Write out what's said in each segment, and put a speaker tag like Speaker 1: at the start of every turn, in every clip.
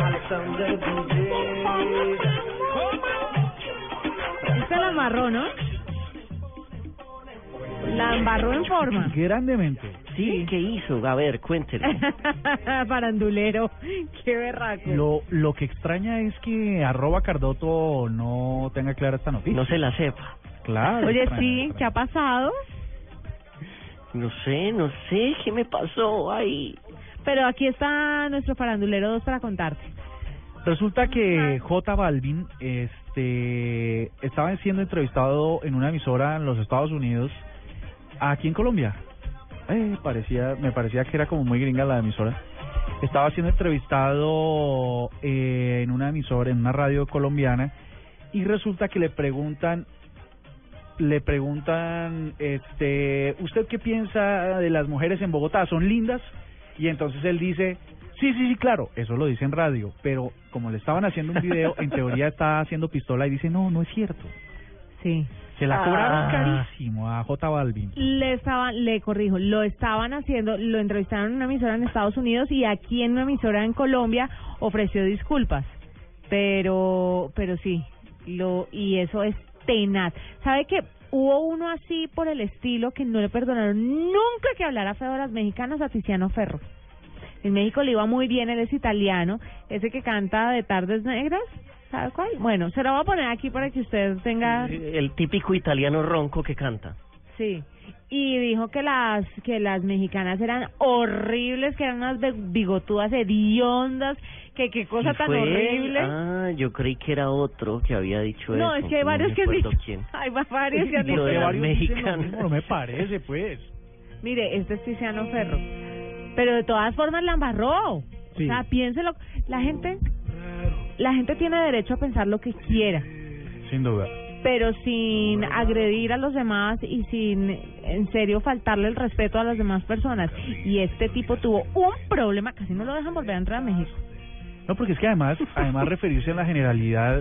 Speaker 1: Alexander
Speaker 2: Esta la amarró, ¿no? La embarró en forma.
Speaker 3: Grandemente.
Speaker 1: Sí, ¿qué hizo? A ver, cuéntelo.
Speaker 2: Parandulero. Qué berraco.
Speaker 3: Lo, lo que extraña es que arroba Cardoto no tenga clara esta noticia.
Speaker 1: No se la sepa.
Speaker 3: Claro.
Speaker 2: Oye,
Speaker 3: extraña,
Speaker 2: sí, ¿qué
Speaker 3: extraña.
Speaker 2: ha pasado?
Speaker 1: No sé, no sé qué me pasó ahí.
Speaker 2: Pero aquí está nuestro parandulero 2 para contarte.
Speaker 3: Resulta que J Balvin este, estaba siendo entrevistado en una emisora en los Estados Unidos, aquí en Colombia. Eh, parecía, me parecía que era como muy gringa la emisora. Estaba siendo entrevistado eh, en una emisora, en una radio colombiana, y resulta que le preguntan, le preguntan, este, ¿usted qué piensa de las mujeres en Bogotá? ¿Son lindas? Y entonces él dice, sí, sí, sí, claro, eso lo dice en radio, pero como le estaban haciendo un video, en teoría está haciendo pistola y dice, no, no es cierto.
Speaker 2: Sí.
Speaker 3: Se la cobraron
Speaker 1: Ah.
Speaker 3: carísimo a J Balvin.
Speaker 2: Le estaban, le corrijo, lo estaban haciendo, lo entrevistaron en una emisora en Estados Unidos y aquí en una emisora en Colombia ofreció disculpas. Pero, pero sí, lo, y eso es tenaz. ¿Sabe que hubo uno así por el estilo que no le perdonaron nunca que hablara feo de las mexicanas a Tiziano Ferro? En México le iba muy bien, él es italiano, ese que canta de tardes negras, ¿sabe cuál? Bueno, se lo voy a poner aquí para que usted tenga...
Speaker 1: El típico italiano ronco que canta.
Speaker 2: Sí. Y dijo que las que las mexicanas eran horribles, que eran unas be- bigotudas hediondas, que qué cosa
Speaker 1: ¿Y
Speaker 2: tan
Speaker 1: fue él?
Speaker 2: horrible.
Speaker 1: Ah, yo creí que era otro que había dicho eso.
Speaker 2: no, es que hay
Speaker 1: pero
Speaker 2: varios
Speaker 1: no
Speaker 2: que han
Speaker 1: recuerdo
Speaker 2: dicho.
Speaker 1: quién.
Speaker 2: Hay va- varios que han
Speaker 1: Lo
Speaker 2: dicho.
Speaker 1: de
Speaker 2: la-
Speaker 1: varios- mexicanas.
Speaker 3: no me parece, pues.
Speaker 2: Mire, este es Tiziano Ferro. Pero de todas formas la embarró.
Speaker 3: Sí.
Speaker 2: O sea, piénselo. La gente, la gente tiene derecho a pensar lo que quiera.
Speaker 3: Sin duda.
Speaker 2: pero sin agredir a los demás y sin en serio faltarle el respeto a las demás personas. Y este tipo tuvo un problema, casi no lo dejan volver a entrar a México.
Speaker 3: No, porque es que además, además referirse a la generalidad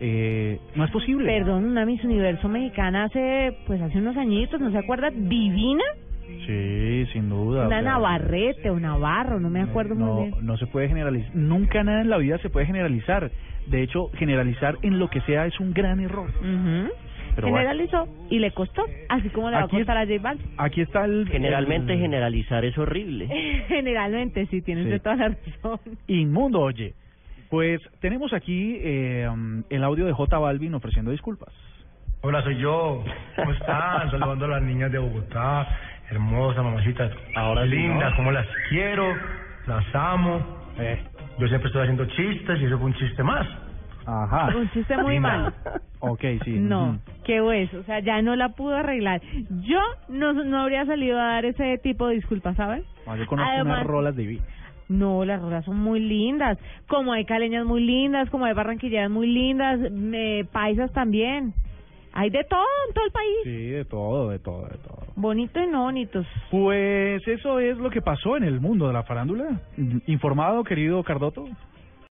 Speaker 3: eh, no es posible.
Speaker 2: Perdón, una Miss Universo mexicana hace pues hace unos añitos, ¿no se acuerda? Divina,
Speaker 3: Sí, sin duda. o
Speaker 2: una
Speaker 3: sea,
Speaker 2: Navarrete o Navarro, no me acuerdo
Speaker 3: Eh, no,
Speaker 2: muy bien.
Speaker 3: No se puede generalizar. Nunca nada en la vida se puede generalizar. De hecho, generalizar en lo que sea es un gran error.
Speaker 2: Ujú.
Speaker 3: Pero bueno.
Speaker 2: Generalizó y le costó, así como le va a
Speaker 3: Aquí es-
Speaker 2: costar a J Balvin.
Speaker 3: Aquí está el...
Speaker 1: Generalmente
Speaker 2: Mm.
Speaker 3: el
Speaker 1: generalizar es horrible.
Speaker 2: Generalmente, sí, tienes
Speaker 3: Sí.
Speaker 2: de toda la razón.
Speaker 3: Inmundo, oye. Pues tenemos aquí eh, el audio de J Balvin ofreciendo disculpas.
Speaker 4: Hola, soy yo. ¿Cómo están? Saludando a las niñas de Bogotá. Hermosas, mamacitas.
Speaker 1: Ahora sí,
Speaker 4: Lindas,
Speaker 1: ¿no?
Speaker 4: como las quiero. Las amo.
Speaker 3: Eh,
Speaker 4: Yo siempre estoy haciendo chistes y eso fue un chiste más.
Speaker 3: Ajá.
Speaker 2: Un chiste muy
Speaker 4: Linda.
Speaker 2: malo.
Speaker 3: Ok, sí.
Speaker 2: No,
Speaker 3: ujú.
Speaker 2: qué hueso, o sea, ya no la pudo arreglar. Yo no, no habría salido a dar ese tipo de disculpas, ¿sabes?
Speaker 3: Ah, Yo conozco
Speaker 2: Además-
Speaker 3: unas rolas divinas.
Speaker 2: No, las rolas son muy lindas, como hay caleñas muy lindas, como hay barranquilleras muy lindas, me- paisas también. Hay de todo en todo el país,
Speaker 3: Sí, de todo, de todo, de todo.
Speaker 2: bonito y no bonitos.
Speaker 3: Pues eso es lo que pasó en el mundo de la farándula. Informado, querido Cardoto.